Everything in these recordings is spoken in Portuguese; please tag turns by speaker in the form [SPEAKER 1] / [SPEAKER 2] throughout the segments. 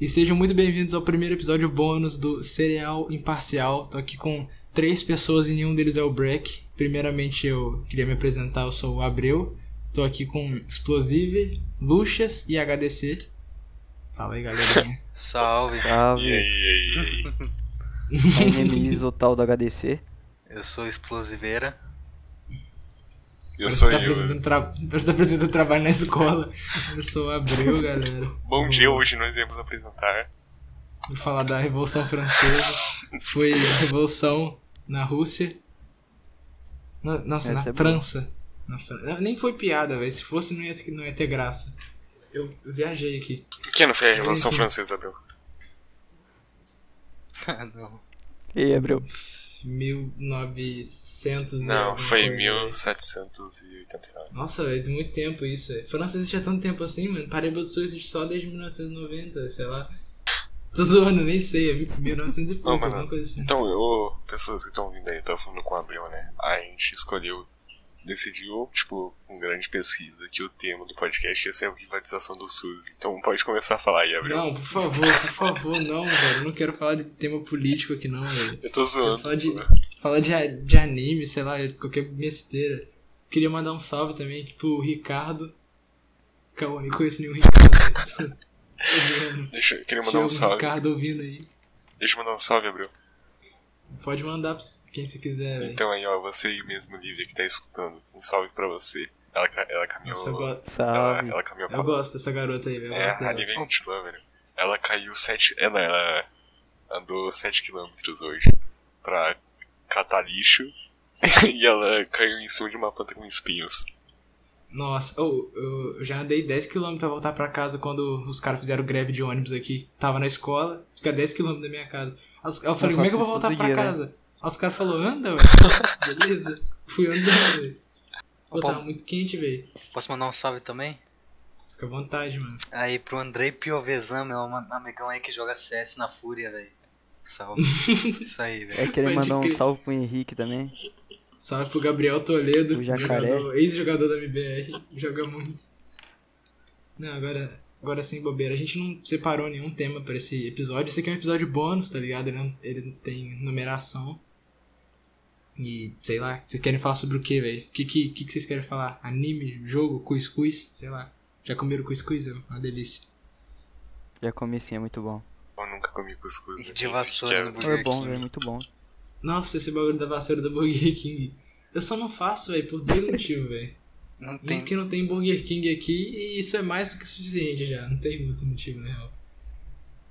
[SPEAKER 1] E sejam muito bem-vindos ao primeiro episódio bônus do Cereal Imparcial. Tô aqui com três pessoas e nenhum deles é o Breck. Primeiramente eu queria me apresentar, eu sou o Abreu. Tô aqui com Explosive, Luxas e HDC. Fala aí, galerinha.
[SPEAKER 2] Salve,
[SPEAKER 3] Salve,
[SPEAKER 4] E aí, e aí, e aí?
[SPEAKER 3] my name
[SPEAKER 1] tá
[SPEAKER 3] is Otal do HDC.
[SPEAKER 2] eu sou Explosiveira.
[SPEAKER 4] Eu
[SPEAKER 1] Parece
[SPEAKER 4] sou
[SPEAKER 1] que tá
[SPEAKER 4] eu.
[SPEAKER 1] apresentando tra... Parece que tá apresentando trabalho na escola. Eu sou o Abreu, galera.
[SPEAKER 4] Bom dia,
[SPEAKER 1] um
[SPEAKER 4] hoje nós vamos apresentar.
[SPEAKER 1] Vou falar da Revolução Francesa. Foi a Revolução na Rússia. Na- nossa,
[SPEAKER 3] Essa
[SPEAKER 1] na
[SPEAKER 3] é boa.
[SPEAKER 1] França. Na Fran- Ah, Nem foi piada, velho. Se fosse, não ia, ter- não ia ter graça. Eu eu viajei aqui.
[SPEAKER 4] Que ano foi a Revolução
[SPEAKER 1] Enfim.
[SPEAKER 4] Francesa, Abreu?
[SPEAKER 2] Não.
[SPEAKER 3] E aí, Abreu?
[SPEAKER 1] 1900 e
[SPEAKER 4] Não,
[SPEAKER 1] alguma
[SPEAKER 4] foi
[SPEAKER 1] coisa, velho.
[SPEAKER 4] 1789.
[SPEAKER 1] Nossa, velho, tem muito tempo isso. velho. França existe há tanto tempo assim, mano. Paraíba do Sul existe só desde 1990, sei lá. Tô zoando, nem sei. É 1900 e pouco,
[SPEAKER 4] mano.
[SPEAKER 1] alguma coisa assim.
[SPEAKER 4] Então, eu, pessoas que estão vindo aí, eu tava falando com o Abreu, né? A gente escolheu, decidiu, tipo, com grande pesquisa, que o tema do podcast ia ser a privatização do SUS. Então pode começar a falar aí, Abreu.
[SPEAKER 1] Não, por favor, por favor, não, velho. Eu não quero falar de tema político aqui, não, velho.
[SPEAKER 4] Eu tô
[SPEAKER 1] Quero
[SPEAKER 4] zoando.
[SPEAKER 1] falar de,
[SPEAKER 4] pô.
[SPEAKER 1] falar de, de anime, sei lá, qualquer besteira. Queria mandar um salve também pro Ricardo. é Calma, nem conheço nenhum Ricardo. velho. Tô zoando.
[SPEAKER 4] Deixa, eu queria
[SPEAKER 1] Se
[SPEAKER 4] mandar um
[SPEAKER 1] tiver
[SPEAKER 4] salve.
[SPEAKER 1] Ricardo ouvindo aí.
[SPEAKER 4] Deixa eu mandar um salve, Abreu.
[SPEAKER 1] Pode mandar pra quem você quiser, velho.
[SPEAKER 4] Então aí, ó, você aí mesmo, Lívia, que tá escutando, um salve pra você. Ela, ca- ela caminhou.
[SPEAKER 1] Nossa, eu, É go-
[SPEAKER 4] Ela,
[SPEAKER 3] Salve.
[SPEAKER 4] ela caminhou
[SPEAKER 1] eu
[SPEAKER 4] pra
[SPEAKER 1] gosto dessa garota aí, velho. Eu
[SPEAKER 4] É,
[SPEAKER 1] gosto
[SPEAKER 4] a
[SPEAKER 1] dela.
[SPEAKER 4] Anime Lover. Ela caiu 7. Ela, ela andou 7km hoje pra catar lixo. e ela caiu em cima de uma planta com espinhos.
[SPEAKER 1] Nossa, ô, eu eu já andei 10km pra voltar pra casa quando os caras fizeram greve de ônibus aqui. Tava na escola, fica 10km da minha casa. Aí os- Eu falei,
[SPEAKER 3] Eu
[SPEAKER 1] como é que
[SPEAKER 3] faço
[SPEAKER 1] eu vou
[SPEAKER 3] isso
[SPEAKER 1] voltar
[SPEAKER 3] todo
[SPEAKER 1] pra
[SPEAKER 3] dia, né?"
[SPEAKER 1] casa? Aí os caras falaram, anda, velho. Beleza. Fui andando, velho. Pô,
[SPEAKER 2] Opa.
[SPEAKER 1] tava muito quente, velho.
[SPEAKER 2] Posso mandar um salve também?
[SPEAKER 1] Fica à vontade, mano.
[SPEAKER 2] Aí pro Andrei Piovesan, meu am- amigão aí que joga CS na Fúria, velho. Salve. Isso aí, velho.
[SPEAKER 3] É querer
[SPEAKER 1] Pode
[SPEAKER 3] mandar um
[SPEAKER 1] crer.
[SPEAKER 3] salve pro Henrique também.
[SPEAKER 1] Salve pro Gabriel Toledo,
[SPEAKER 3] O jacaré.
[SPEAKER 1] jogador- ex-jogador da MBR, joga muito. Não, agora, agora sem bobeira, a gente não separou nenhum tema pra esse episódio. Esse aqui é um episódio bônus, tá ligado? Ele não, ele não tem numeração. E sei lá, vocês querem falar sobre o que, velho? O que, que, que, que vocês querem falar? Anime, jogo, cuscuz? Sei lá. Já comeram cuscuz? É uma delícia.
[SPEAKER 3] Já comi sim, é muito bom.
[SPEAKER 4] Eu nunca comi cuscuz.
[SPEAKER 2] E de
[SPEAKER 4] eu disse
[SPEAKER 2] vassoura
[SPEAKER 4] que
[SPEAKER 2] no
[SPEAKER 4] é-
[SPEAKER 2] Burger
[SPEAKER 3] É bom,
[SPEAKER 2] King.
[SPEAKER 3] velho, é muito bom.
[SPEAKER 1] Nossa, esse bagulho da vassoura do Burger King. Eu só não faço, velho, por dois motivos, velho.
[SPEAKER 2] Não
[SPEAKER 1] Tem.
[SPEAKER 2] tem.
[SPEAKER 1] Porque não tem Burger King aqui e isso é mais do que suficiente já. Não tem muito motivo, na real.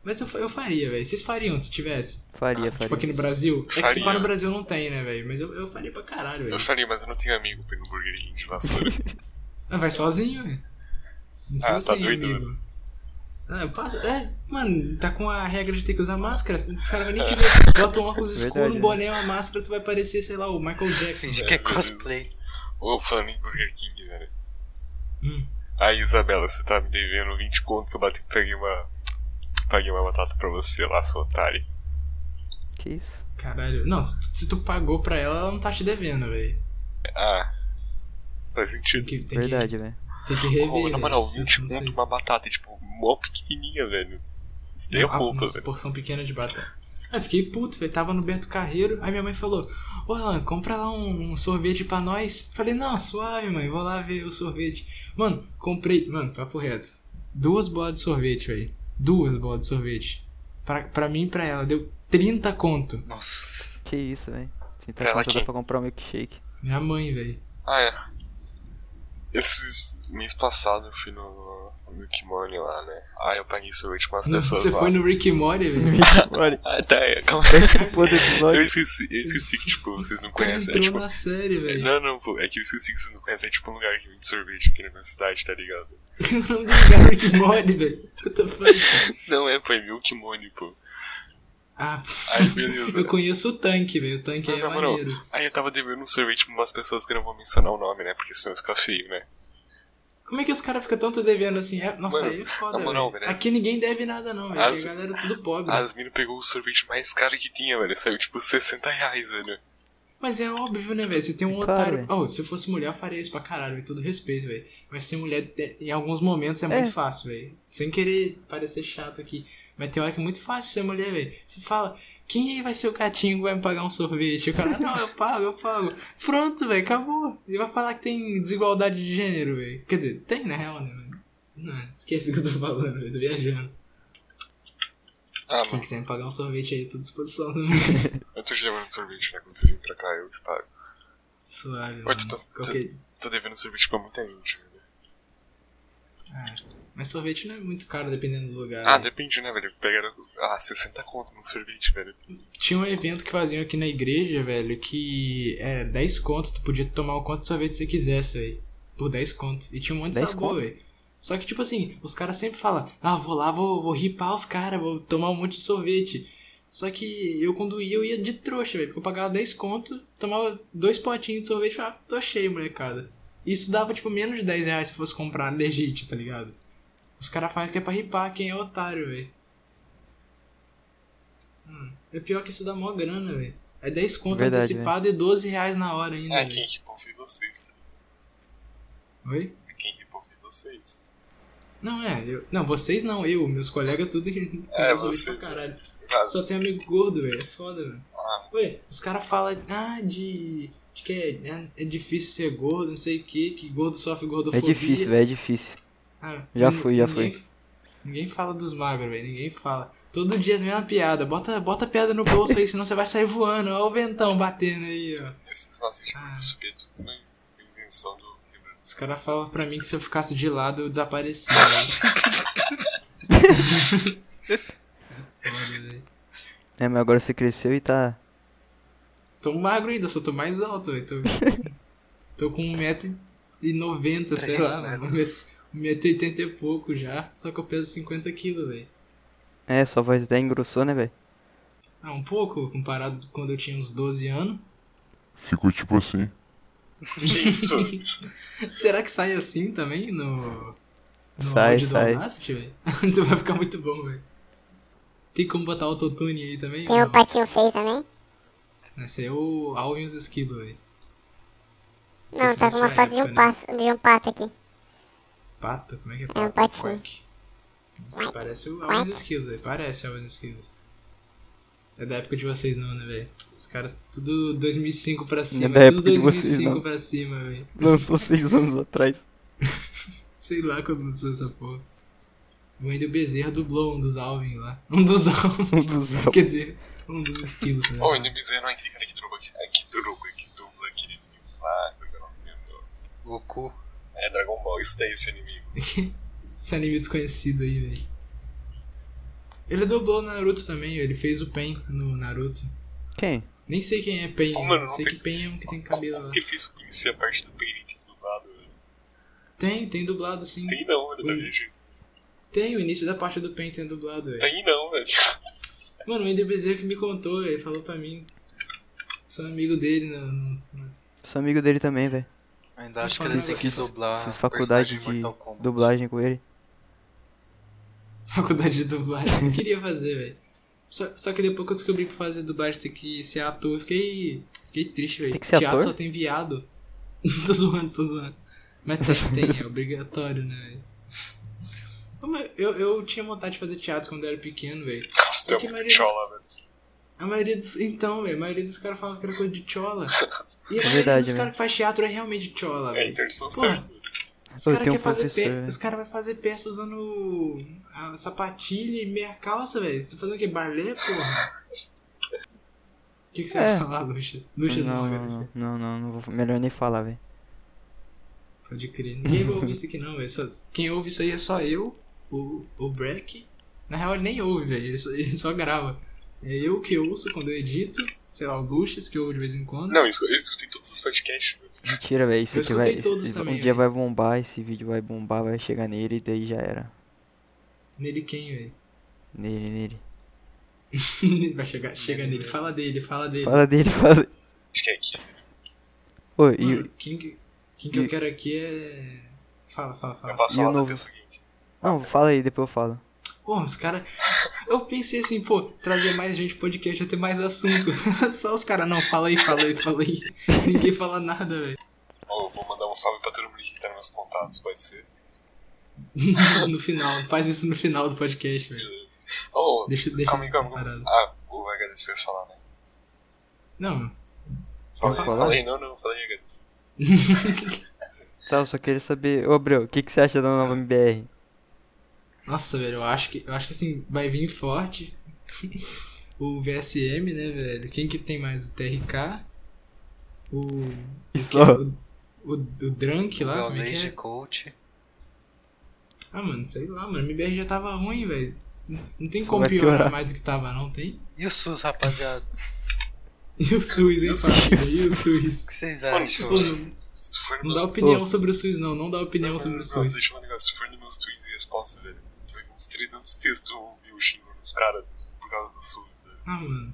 [SPEAKER 1] Mas eu, fa- eu faria, velho. Vocês fariam se tivesse?
[SPEAKER 3] Faria,
[SPEAKER 4] Ah,
[SPEAKER 1] Tipo aqui
[SPEAKER 3] faria.
[SPEAKER 1] no Brasil? É que se
[SPEAKER 4] Faria.
[SPEAKER 1] pá no Brasil não tem, né, velho? Mas eu, eu faria pra caralho,
[SPEAKER 4] Eu
[SPEAKER 1] velho.
[SPEAKER 4] faria, mas eu não tenho amigo pra ir no Burger King de vassoura.
[SPEAKER 1] Ah, vai sozinho, velho. Não
[SPEAKER 4] Ah,
[SPEAKER 1] precisa
[SPEAKER 4] tá
[SPEAKER 1] ser
[SPEAKER 4] doido,
[SPEAKER 1] amigo. Ah, passa. É, mano, tá com a regra de ter que usar máscara. Os caras vão nem te ver. Bota um óculos escuro,
[SPEAKER 3] Verdade,
[SPEAKER 1] um
[SPEAKER 3] né?
[SPEAKER 1] boné, uma máscara, tu vai parecer, sei lá, o Michael Jackson.
[SPEAKER 2] Finge
[SPEAKER 1] velho.
[SPEAKER 2] que é cosplay.
[SPEAKER 4] Ô, falando em Burger King, velho.
[SPEAKER 1] Hum.
[SPEAKER 4] Aí, Isabela, você tá me devendo 20 conto que eu bati, peguei uma. Paguei uma batata pra você lá, sua otária.
[SPEAKER 3] Que isso?
[SPEAKER 1] Caralho. Não, se se tu pagou pra ela, ela não tá te devendo, velho.
[SPEAKER 4] Ah. Faz
[SPEAKER 1] Tem
[SPEAKER 4] sentido.
[SPEAKER 1] que, tem que
[SPEAKER 3] Verdade, velho.
[SPEAKER 1] Tem que rever.
[SPEAKER 4] Ô, na
[SPEAKER 1] velho.
[SPEAKER 4] moral,
[SPEAKER 1] Isso-
[SPEAKER 4] 20
[SPEAKER 1] não sei.
[SPEAKER 4] conto uma batata, tipo, mó pequenininha, velho. Isso daí é
[SPEAKER 1] Ah,
[SPEAKER 4] roupa,
[SPEAKER 1] nossa,
[SPEAKER 4] velho.
[SPEAKER 1] porção pequena de batata. Eu fiquei puto, velho. Tava no Beto Carreiro. Aí minha mãe falou: Ô, Alan, compra lá um, um sorvete pra nós. Falei: Não, suave, mãe. Vou lá ver o sorvete. Mano, comprei. Mano, papo reto. Duas bolas de sorvete, velho. Duas bolas de sorvete. Pra, pra mim e pra ela. Deu 30 conto.
[SPEAKER 2] Nossa.
[SPEAKER 3] Que isso, velho. Sem
[SPEAKER 4] Pra ela
[SPEAKER 3] conta dá
[SPEAKER 4] quem?
[SPEAKER 3] pra comprar um milkshake.
[SPEAKER 1] Minha mãe, velho.
[SPEAKER 4] Ah, é. Esses mês passado eu fui no, no Kimone lá, né? Aí eu paguei sorvete com umas pessoas
[SPEAKER 1] Você
[SPEAKER 4] lá.
[SPEAKER 1] foi no Rick and Morty, velho.
[SPEAKER 3] Olha,
[SPEAKER 4] Ah, tá, é, calma.
[SPEAKER 3] pô do
[SPEAKER 4] Eu
[SPEAKER 3] episódio.
[SPEAKER 4] esqueci, eu esqueci que, tipo, vocês não
[SPEAKER 1] O cara
[SPEAKER 4] conhecem. É,
[SPEAKER 1] entrou
[SPEAKER 4] tipo,
[SPEAKER 1] na série, velho.
[SPEAKER 4] não, não, pô, é que eu esqueci que vocês não conhecem. É tipo um lugar que vende sorvete aqui na minha cidade, tá ligado?
[SPEAKER 1] Eu não liguei Rick and Morty, velho. What the fuck?
[SPEAKER 4] Não, é, pô, é meu Kimone, pô.
[SPEAKER 1] Ah,
[SPEAKER 4] Aí, beleza.
[SPEAKER 1] eu conheço o tanque, velho. O tanque aí é
[SPEAKER 4] Na moral,
[SPEAKER 1] maneiro.
[SPEAKER 4] Aí eu tava devendo um sorvete pra umas pessoas que eu não vou mencionar o nome, né? Porque senão fica feio, né?
[SPEAKER 1] Como é que os caras ficam tanto devendo assim? É- nossa,
[SPEAKER 4] Mano,
[SPEAKER 1] aí é foda,
[SPEAKER 4] na moral,
[SPEAKER 1] velho.
[SPEAKER 4] velho,
[SPEAKER 1] Aqui ninguém deve nada não, velho.
[SPEAKER 4] as-
[SPEAKER 1] Aqui A galera é tudo pobre.
[SPEAKER 4] As mina pegou o sorvete mais caro que tinha, velho. Saiu tipo 60 reais, velho.
[SPEAKER 1] Mas é óbvio, né, velho? Você tem um
[SPEAKER 3] Claro,
[SPEAKER 1] otário.
[SPEAKER 3] velho.
[SPEAKER 1] Oh, se eu fosse mulher, eu faria isso pra caralho, velho. Todo respeito, velho. Mas ser mulher, é- em alguns momentos, é, muito fácil, velho. Sem querer parecer chato aqui. Mas tem hora que é muito fácil ser mulher, velho. Você fala, quem aí vai ser o catinho que vai me pagar um sorvete? O cara, não, eu pago, eu pago. Pronto, velho, acabou. Ele vai falar que tem desigualdade de gênero, velho. Quer dizer, tem na real, né, velho? Não, esquece o que eu tô falando, velho. Tô viajando.
[SPEAKER 4] Ah,
[SPEAKER 1] Quem
[SPEAKER 4] mano,
[SPEAKER 1] quiser me pagar um sorvete aí, tô à disposição. né,
[SPEAKER 4] eu tô te devendo sorvete, né? Quando você vir pra cá, eu te pago.
[SPEAKER 1] Suave,
[SPEAKER 4] Ô,
[SPEAKER 1] mano.
[SPEAKER 4] tu tá-
[SPEAKER 1] Qualquer...
[SPEAKER 4] Tô devendo sorvete pra muita gente, né?
[SPEAKER 1] Mas sorvete não é muito caro, dependendo do lugar.
[SPEAKER 4] Ah, depende, né, velho? Pegaram, ah, 60 conto no sorvete, velho.
[SPEAKER 1] Tinha um evento que faziam aqui na igreja, velho, que era 10 conto, tu podia tomar o quanto de sorvete você quisesse, velho. Por 10 conto. E tinha um monte de
[SPEAKER 3] 10
[SPEAKER 1] sabor,
[SPEAKER 3] conto?
[SPEAKER 1] velho. Só que, tipo assim, os caras sempre falam, ah, vou lá, vou, vou ripar os caras, vou tomar um monte de sorvete. Só que eu quando ia, eu ia de trouxa, velho. Porque eu pagava 10 conto, tomava dois potinhos de sorvete e falava, "Ah, tô cheio, molecada. Isso dava, tipo, menos de 10 reais se fosse comprar legítimo, tá ligado? Os caras fazem que é pra ripar quem é otário, velho. Hum, é pior que isso dá mó grana, velho. É 10 conto
[SPEAKER 3] Verdade,
[SPEAKER 1] antecipado e 12 reais na hora ainda,
[SPEAKER 4] Ah,
[SPEAKER 1] velho.
[SPEAKER 4] quem ripou foi vocês, tá?
[SPEAKER 1] Oi?
[SPEAKER 4] Quem ripou foi vocês.
[SPEAKER 1] Não, é, eu... Não, vocês não, eu, meus colegas, tudo que...
[SPEAKER 4] É,
[SPEAKER 1] comeu sorvete
[SPEAKER 4] você.
[SPEAKER 1] pra caralho.
[SPEAKER 4] Ah,
[SPEAKER 1] Só tem amigo gordo, velho. É foda, velho. Ué, os caras falam, ah, de. de que é, é- é difícil ser gordo, não sei o que, que gordo sofre gordofobia.
[SPEAKER 3] É difícil, velho, é difícil.
[SPEAKER 1] Ah,
[SPEAKER 3] É. Já
[SPEAKER 1] nin-
[SPEAKER 3] fui, já
[SPEAKER 1] ninguém- Ninguém fala dos magros, velho. Ninguém fala. Todo dia as mesmas piadas. Bota, bota a piada no bolso aí, senão você vai sair voando. Olha o ventão batendo aí, ó.
[SPEAKER 4] esse negócio de
[SPEAKER 1] Ah.
[SPEAKER 4] ah. sorvete é uma invenção do livro.
[SPEAKER 1] Os caras falam pra mim que se eu ficasse de lado eu desaparecia. velho. Foda, velho.
[SPEAKER 3] É, mas agora você cresceu e tá.
[SPEAKER 1] Tô magro ainda, só tô mais alto, velho. Tô, tô com 1,90m, sei
[SPEAKER 2] Três
[SPEAKER 1] lá, um mano.
[SPEAKER 2] metros.
[SPEAKER 1] 1,80m e pouco já. Só que eu peso 50kg, velho.
[SPEAKER 3] É, sua voz até engrossou, né, velho?
[SPEAKER 1] Ah, um pouco, comparado com quando eu tinha uns 12 anos.
[SPEAKER 5] Ficou tipo assim.
[SPEAKER 4] Que isso?
[SPEAKER 1] Será que sai assim também no. No
[SPEAKER 3] Sai,
[SPEAKER 1] áudio do
[SPEAKER 3] sai.
[SPEAKER 1] Audacity, velho? então vai ficar muito bom, velho. Tem como botar autotune aí também?
[SPEAKER 6] Tem
[SPEAKER 1] Não.
[SPEAKER 6] o patinho feio também?
[SPEAKER 1] Esse aí é o Alvin e os Esquilos, velho. Não sei
[SPEAKER 6] Não,
[SPEAKER 1] se
[SPEAKER 6] tá
[SPEAKER 1] na
[SPEAKER 6] com uma
[SPEAKER 1] sua
[SPEAKER 6] foto de
[SPEAKER 1] época,
[SPEAKER 6] um,
[SPEAKER 1] né?
[SPEAKER 6] passo, de um pato aqui.
[SPEAKER 1] Pato? Como é que é pato?
[SPEAKER 6] um patinho.
[SPEAKER 1] Quack. Nossa, parece o Alvin dos Skills, velho. Parece o Alvin dos Skills. É da época de vocês não, né, velho? Os caras tudo 2005 pra cima.
[SPEAKER 3] É da
[SPEAKER 1] tudo
[SPEAKER 3] época de vocês,
[SPEAKER 1] 2005
[SPEAKER 3] não.
[SPEAKER 1] pra cima, velho.
[SPEAKER 3] Lançou seis anos atrás.
[SPEAKER 1] Sei lá quando lançou essa porra. O Wendel Bezerra dublou um dos Alvin lá. Um dos Alvin.
[SPEAKER 3] Um dos al-
[SPEAKER 1] Quer dizer, um dos Skills, né?
[SPEAKER 4] Ô, o Nibizer não é aquele cara que drogou aqui. É que drogou, é que dubla aquele inimigo lá. como é que é o nome dele?
[SPEAKER 2] Goku.
[SPEAKER 4] É Dragon Ball, isso daí, esse inimigo.
[SPEAKER 1] Esse anime desconhecido aí, velho. Ele dublou Naruto também, ele fez o Pen no Naruto.
[SPEAKER 3] Quem?
[SPEAKER 1] Nem sei quem é Pen,
[SPEAKER 4] Como eu não
[SPEAKER 1] sei que
[SPEAKER 4] fiz-
[SPEAKER 1] Pen é um que tem cabelo lá.
[SPEAKER 4] Ele fez conhecer a parte do Peirinho dublado. velho.
[SPEAKER 1] Tem, tem dublado sim.
[SPEAKER 4] Tem não, tá velho, da
[SPEAKER 1] Hum.
[SPEAKER 4] legenda.
[SPEAKER 1] Tem, o início da parte do Pen tem dublado, velho.
[SPEAKER 4] Tem não, velho.
[SPEAKER 1] Mano, o Ender Bezerra que me contou, ele falou pra mim. Sou amigo dele no. no- no-
[SPEAKER 3] Sou amigo dele também, velho.
[SPEAKER 2] Ainda acho que
[SPEAKER 1] Fiz-
[SPEAKER 2] ele tem que
[SPEAKER 1] fiz-
[SPEAKER 2] dublar.
[SPEAKER 3] Fiz faculdade
[SPEAKER 2] personagem
[SPEAKER 3] de
[SPEAKER 2] Mortal Kombat.
[SPEAKER 3] dublagem com ele.
[SPEAKER 1] faculdade de dublagem. Eu queria fazer, velho. Só, só que depois que eu descobri que fazer dublagem tem que ser ator, eu fiquei. Fiquei triste, velho.
[SPEAKER 3] Tem que ser
[SPEAKER 1] Teatro
[SPEAKER 3] ator?
[SPEAKER 1] só tem viado. tô zoando, tô zoando. Mas tem, tem, é obrigatório, né, velho? Ô, mas Eu, eu tinha vontade de fazer teatro quando eu era pequeno, velho.
[SPEAKER 4] Nossa, tem
[SPEAKER 1] É que
[SPEAKER 4] muito
[SPEAKER 1] maneiro.
[SPEAKER 4] chola, velho.
[SPEAKER 1] A maioria dos. Então, velho, a maioria dos caras fala que era coisa de tchola. E a maioria
[SPEAKER 3] verdade,
[SPEAKER 1] dos
[SPEAKER 3] né?
[SPEAKER 1] caras que faz teatro é realmente tchola,
[SPEAKER 4] É,
[SPEAKER 1] velho.
[SPEAKER 4] então eles são
[SPEAKER 1] Porra.
[SPEAKER 4] certos.
[SPEAKER 1] Os
[SPEAKER 3] Eu
[SPEAKER 1] caras
[SPEAKER 3] tenho
[SPEAKER 1] querem
[SPEAKER 3] um
[SPEAKER 1] fazer
[SPEAKER 3] professor,
[SPEAKER 1] peça.
[SPEAKER 3] velho.
[SPEAKER 1] Os caras vão fazer peça usando a sapatilha e meia calça, velho. Você tá fazendo o quê? Balé, porra? O que, que você
[SPEAKER 3] É.
[SPEAKER 1] vai falar, Luxa? Luxa não,
[SPEAKER 3] Não,
[SPEAKER 1] não,
[SPEAKER 3] não, não, não, não vou- melhor nem falar, velho.
[SPEAKER 1] Pode crer. Ninguém vai ouvir isso aqui não, velho. Só- Quem ouve isso aí é só eu, o, o Breck. Na real ele nem ouve, velho. Ele só, ele só grava. É eu que ouço quando eu edito. Sei lá, o Luxas que eu ouvo de vez em quando.
[SPEAKER 4] Não, isso, isso tem todos os podcasts, né? velho.
[SPEAKER 3] Mentira, velho. Isso
[SPEAKER 1] Eu
[SPEAKER 3] aqui
[SPEAKER 1] escutei
[SPEAKER 3] vai. isso-
[SPEAKER 1] todos
[SPEAKER 3] isso-
[SPEAKER 1] também,
[SPEAKER 3] um dia
[SPEAKER 1] velho.
[SPEAKER 3] vai bombar, esse vídeo vai bombar, vai chegar nele e daí já era.
[SPEAKER 1] Nele quem, velho?
[SPEAKER 3] Nele, nele.
[SPEAKER 1] vai chegar, chega nele. Fala dele, fala dele.
[SPEAKER 3] Fala dele, fala.
[SPEAKER 4] Acho que é aqui.
[SPEAKER 3] Ô,
[SPEAKER 1] Mano,
[SPEAKER 3] e,
[SPEAKER 1] quem, que- quem que
[SPEAKER 3] e-
[SPEAKER 1] eu quero aqui é... Fala, fala, fala.
[SPEAKER 4] Eu
[SPEAKER 3] E
[SPEAKER 4] passo
[SPEAKER 3] o
[SPEAKER 4] lá na
[SPEAKER 3] novo?
[SPEAKER 4] pessoa que
[SPEAKER 3] não, fala aí, depois eu falo.
[SPEAKER 1] Pô, os caras. Eu pensei assim, pô, trazer mais gente pro podcast, eu ter mais assunto. Só os caras, não, fala aí, fala aí, fala aí. Ninguém fala nada, velho.
[SPEAKER 4] Ó, eu vou mandar um salve pra todo mundo que tá nos meus contatos, pode ser.
[SPEAKER 1] No final, faz isso no final do podcast, velho.
[SPEAKER 4] Oh,
[SPEAKER 1] Deixa, deixa
[SPEAKER 4] calma aí, calma aí.
[SPEAKER 1] separado.
[SPEAKER 4] Ah, o agradecer falar, né?
[SPEAKER 1] Não,
[SPEAKER 4] Falei,
[SPEAKER 3] falar?
[SPEAKER 4] falei, não, não, falei agradecer.
[SPEAKER 3] Tá, eu só queria saber, ô Breu, o que, que você acha da nova MBR?
[SPEAKER 1] nossa, velho, eu acho que eu acho que assim, vai vir forte. O VSM, né, velho? Quem que tem mais? O TRK? O.
[SPEAKER 3] E só?
[SPEAKER 1] O, o, o Drunk lá, como é que
[SPEAKER 2] Galvez
[SPEAKER 1] é?
[SPEAKER 2] de coach.
[SPEAKER 1] Ah, mano, sei lá, mano. MBR já tava ruim, velho. Não tem
[SPEAKER 3] Só
[SPEAKER 1] como
[SPEAKER 3] vai
[SPEAKER 1] piorar,
[SPEAKER 3] piorar.
[SPEAKER 1] mais do que tava, não tem?
[SPEAKER 2] E o SUS, rapaziada?
[SPEAKER 1] E o SUS, hein,
[SPEAKER 4] E o
[SPEAKER 1] família? E o
[SPEAKER 2] O
[SPEAKER 1] SUS?
[SPEAKER 2] que vocês
[SPEAKER 4] Mano,
[SPEAKER 1] Pô,
[SPEAKER 2] acham?
[SPEAKER 1] não,
[SPEAKER 4] Se tu for no
[SPEAKER 1] não
[SPEAKER 4] meu
[SPEAKER 1] dá opinião sobre o SUS, não. Não dá opinião sobre o
[SPEAKER 4] Nossa,
[SPEAKER 1] SUS.
[SPEAKER 4] deixa eu falar um negócio. Se for nos meus tweets e respostas, velho, tu vai ver uns 300 textos mil xingando os caras por causa do SUS, velho.
[SPEAKER 1] Ah, mano.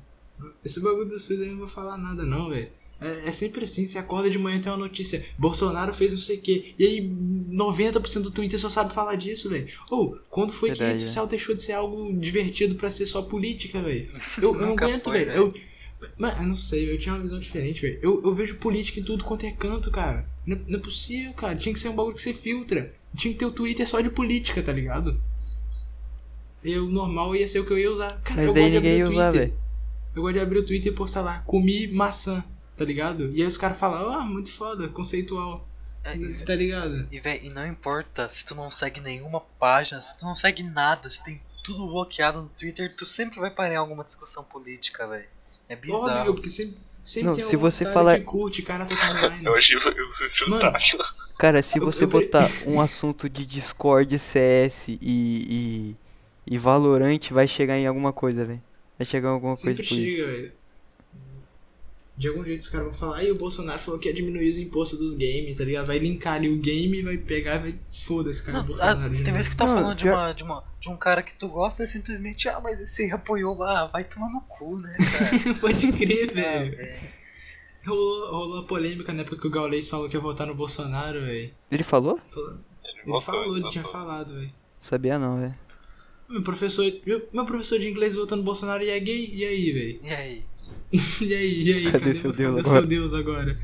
[SPEAKER 1] Esse bagulho do SUS aí eu não vou falar nada, não, velho. É, é sempre assim, você acorda de manhã e tem uma notícia. Bolsonaro fez não sei o quê. E aí 90% do Twitter só sabe falar disso, velho. Ou, quando foi que a rede
[SPEAKER 3] Verdade,
[SPEAKER 1] social deixou de ser algo divertido pra ser só política, velho? Eu, eu não
[SPEAKER 2] Nunca
[SPEAKER 1] aguento,
[SPEAKER 2] foi, né?
[SPEAKER 1] velho. Eu, mano, eu não sei, eu tinha uma visão diferente, velho. Eu, eu vejo política em tudo quanto é canto, cara. Não, não é possível, cara. Tinha que ser um bagulho que você filtra. Tinha que ter o Twitter só de política, tá ligado? E o normal ia ser o que eu ia usar. Cara,
[SPEAKER 3] Mas
[SPEAKER 1] eu
[SPEAKER 3] daí
[SPEAKER 1] gosto de abrir
[SPEAKER 3] ninguém ia
[SPEAKER 1] o
[SPEAKER 3] usar,
[SPEAKER 1] Twitter.
[SPEAKER 3] velho.
[SPEAKER 1] Eu gosto de abrir o Twitter e postar lá, comi maçã, tá ligado? E aí os caras falam, ah, muito foda, conceitual,
[SPEAKER 2] É,
[SPEAKER 1] tá ligado?
[SPEAKER 2] E, véi, e não importa se tu não segue nenhuma página, se tu não segue nada, se tem tudo bloqueado no Twitter, tu sempre vai parar em alguma discussão política, velho. É
[SPEAKER 1] Óbvio,
[SPEAKER 2] bizarro.
[SPEAKER 1] porque sempre, sempre
[SPEAKER 3] Não,
[SPEAKER 1] tem
[SPEAKER 3] se
[SPEAKER 1] algum
[SPEAKER 3] você
[SPEAKER 1] cara
[SPEAKER 3] falar-
[SPEAKER 1] que curte, cara, tá online.
[SPEAKER 4] Eu achei eu sei se
[SPEAKER 1] Mano.
[SPEAKER 4] eu tá.
[SPEAKER 3] Cara, se
[SPEAKER 1] Eu-
[SPEAKER 3] você
[SPEAKER 1] eu pre-
[SPEAKER 3] botar um assunto de Discord, CS e, e, e Valorant, vai chegar em alguma coisa, velho. Vai chegar em alguma coisa
[SPEAKER 1] Sempre
[SPEAKER 3] de política.
[SPEAKER 1] chega, velho. De algum jeito os caras vão falar, e o Bolsonaro falou que ia diminuir os impostos dos games, tá ligado? Vai linkar ali o game, vai pegar e vai. Foda-se, cara,
[SPEAKER 2] Não, ah,
[SPEAKER 1] Bolsonaro. de
[SPEAKER 2] tem
[SPEAKER 1] novo.
[SPEAKER 2] vezes que tu tá
[SPEAKER 3] Não,
[SPEAKER 2] falando de,
[SPEAKER 3] pior-
[SPEAKER 2] uma, de, uma, de um cara que tu gosta e simplesmente, ah, mas esse aí apoiou lá, vai tomar no cu, né, cara?
[SPEAKER 1] Pode crer,
[SPEAKER 2] Ah,
[SPEAKER 1] velho. Rolou, rolou a polêmica na época que o Gaules falou que ia votar no Bolsonaro, velho.
[SPEAKER 3] Ele falou?
[SPEAKER 4] Ele
[SPEAKER 1] Ele
[SPEAKER 4] voltou,
[SPEAKER 1] falou, ele tinha
[SPEAKER 4] voltou.
[SPEAKER 1] falado, velho.
[SPEAKER 3] Sabia não, velho.
[SPEAKER 1] Meu professor, meu, meu professor de inglês votou no Bolsonaro e é gay? E aí, velho?
[SPEAKER 2] e aí?
[SPEAKER 1] E aí, e aí?
[SPEAKER 3] Cadê seu Deus
[SPEAKER 1] cadê
[SPEAKER 3] agora?
[SPEAKER 1] seu Deus agora?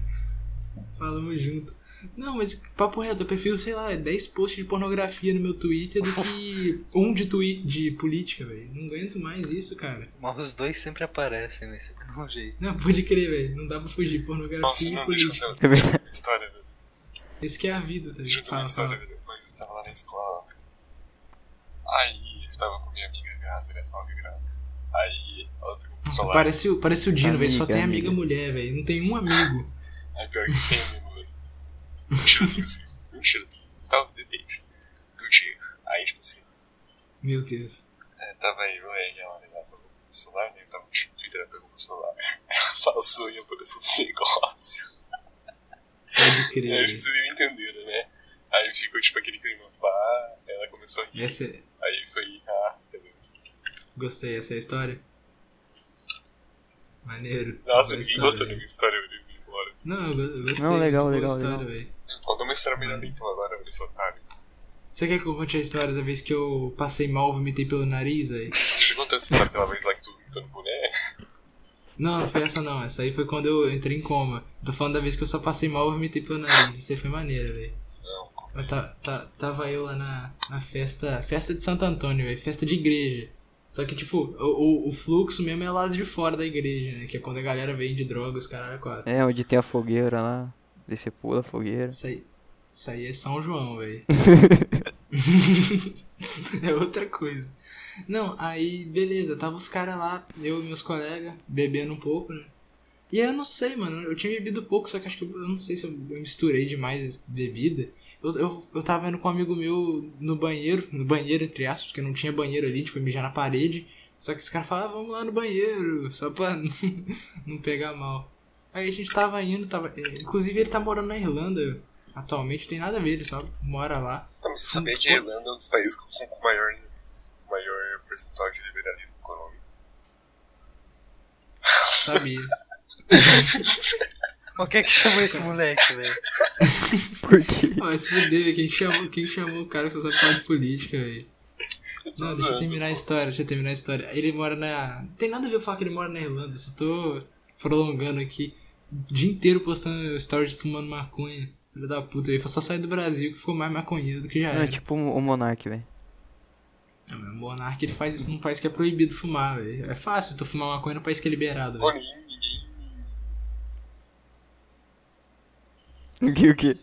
[SPEAKER 1] Falamos junto. Não, mas papo reto, eu prefiro, sei lá, 10 posts de pornografia no meu Twitter do que um de, twi de política, velho. Não aguento mais isso, cara.
[SPEAKER 2] Mas os dois sempre aparecem, velho, sempre dá um jeito.
[SPEAKER 1] Não, pode crer, velho. Não dá pra fugir. Pornografia
[SPEAKER 4] Nossa,
[SPEAKER 1] e
[SPEAKER 4] não, deixa
[SPEAKER 1] política.
[SPEAKER 4] eu
[SPEAKER 3] É
[SPEAKER 4] ver
[SPEAKER 3] verdade.
[SPEAKER 4] uma história, velho.
[SPEAKER 1] Isso que é a vida, tá
[SPEAKER 4] Deixa eu
[SPEAKER 1] ligado?
[SPEAKER 4] ter uma
[SPEAKER 1] Fala,
[SPEAKER 4] história,
[SPEAKER 1] fala.
[SPEAKER 4] velho. Quando eu tava lá na escola, aí eu tava com minha amiga Graça, né? Salve Graça. Aí ela pegou o
[SPEAKER 1] Nossa,
[SPEAKER 4] celular.
[SPEAKER 1] parece, o- parece o Dino, velho. Só
[SPEAKER 3] Amiga,
[SPEAKER 1] tem amiga,
[SPEAKER 3] amiga.
[SPEAKER 1] mulher, velho. Não tem um amigo.
[SPEAKER 4] Aí É pior que tem mesmo, velho. Mentira, tipo assim. Mentira. Tava depende do dia. Aí, tipo assim,
[SPEAKER 1] Meu Deus.
[SPEAKER 4] é, tava eu e ela, né? Ela tava com o celular, né? Eu tava no Twitter, ela pegou o celular. Ela passou e apareceu uns negócios.
[SPEAKER 1] Pode
[SPEAKER 4] E
[SPEAKER 1] crer,
[SPEAKER 4] aí
[SPEAKER 1] velho.
[SPEAKER 4] vocês não entenderam, né? Aí ficou tipo aquele clima, pá. Ela começou a rir.
[SPEAKER 1] Essa é...
[SPEAKER 4] Aí foi, ah, entendeu?
[SPEAKER 1] Gostei, essa é a história. Maneiro.
[SPEAKER 4] Nossa,
[SPEAKER 1] Boa
[SPEAKER 4] ninguém
[SPEAKER 1] história,
[SPEAKER 4] gostou da
[SPEAKER 1] velho.
[SPEAKER 4] minha história, eu vim embora.
[SPEAKER 1] Não, eu go- eu gostei.
[SPEAKER 3] Não, legal,
[SPEAKER 1] muito boa
[SPEAKER 3] legal,
[SPEAKER 1] história,
[SPEAKER 3] legal.
[SPEAKER 1] velho.
[SPEAKER 4] Conta uma história melhor então agora, velho, seu otário.
[SPEAKER 1] Você quer que eu conte a história da vez que eu passei mal, vomitei pelo nariz, velho?
[SPEAKER 4] Tu já contou essa história pela vez lá que tu gritou no boné?
[SPEAKER 1] Não, não foi essa não. Essa aí foi quando eu entrei em coma. Tô falando da vez que eu só passei mal, vomitei pelo nariz. Isso aí foi maneira, velho. Mas Tá, tá, tava eu lá na, na festa. Festa de Santo Antônio, velho. Festa de igreja. Só que, tipo, o, o, o fluxo mesmo é lá de fora da igreja, né? Que é quando a galera vende drogas, caralho, quatro.
[SPEAKER 3] É, onde tem a fogueira lá. Daí você pula a fogueira.
[SPEAKER 1] Isso aí, isso aí é São João, velho. é outra coisa. Não, aí, beleza, tava os caras lá, eu e meus colegas, bebendo um pouco, né? E aí eu não sei, mano, eu tinha bebido pouco, só que acho que eu, eu não sei se eu, eu misturei demais bebida. Eu, eu, eu tava indo com um amigo meu no banheiro, no banheiro, entre aspas, porque não tinha banheiro ali, a gente foi mijar na parede. Só que os caras falavam, ah, vamos lá no banheiro, só pra não pegar mal. Aí a gente tava indo, tava. eh, Inclusive ele tá morando na Irlanda atualmente, tem nada a ver, ele só mora lá.
[SPEAKER 4] Tá, mas você sabia que a Irlanda é um dos países com com o maior, maior percentual de liberalismo econômico?
[SPEAKER 1] Sabia.
[SPEAKER 2] Mas quem é que chamou esse moleque, velho?
[SPEAKER 3] Por quê?
[SPEAKER 1] Mas se fuder, velho, quem que chamou, quem que chamou o cara que só sabe falar de política, velho? Não, deixa eu terminar a história, deixa eu terminar a história. Ele mora na. Tem nada a ver eu falar que ele mora na Irlanda, só tô prolongando aqui. O dia inteiro postando stories fumando maconha. Filho da puta, ele foi só sair do Brasil que ficou mais maconheiro do que
[SPEAKER 4] Ah,
[SPEAKER 1] já
[SPEAKER 3] Não, é
[SPEAKER 1] era.
[SPEAKER 3] tipo o Monark, velho.
[SPEAKER 1] Ah, mas O Monark ele faz isso num país que é proibido fumar, velho. É fácil tu fumar maconha num país que é liberado,
[SPEAKER 4] Pô,
[SPEAKER 1] velho.
[SPEAKER 4] ninguém, ninguém
[SPEAKER 3] O que, o que?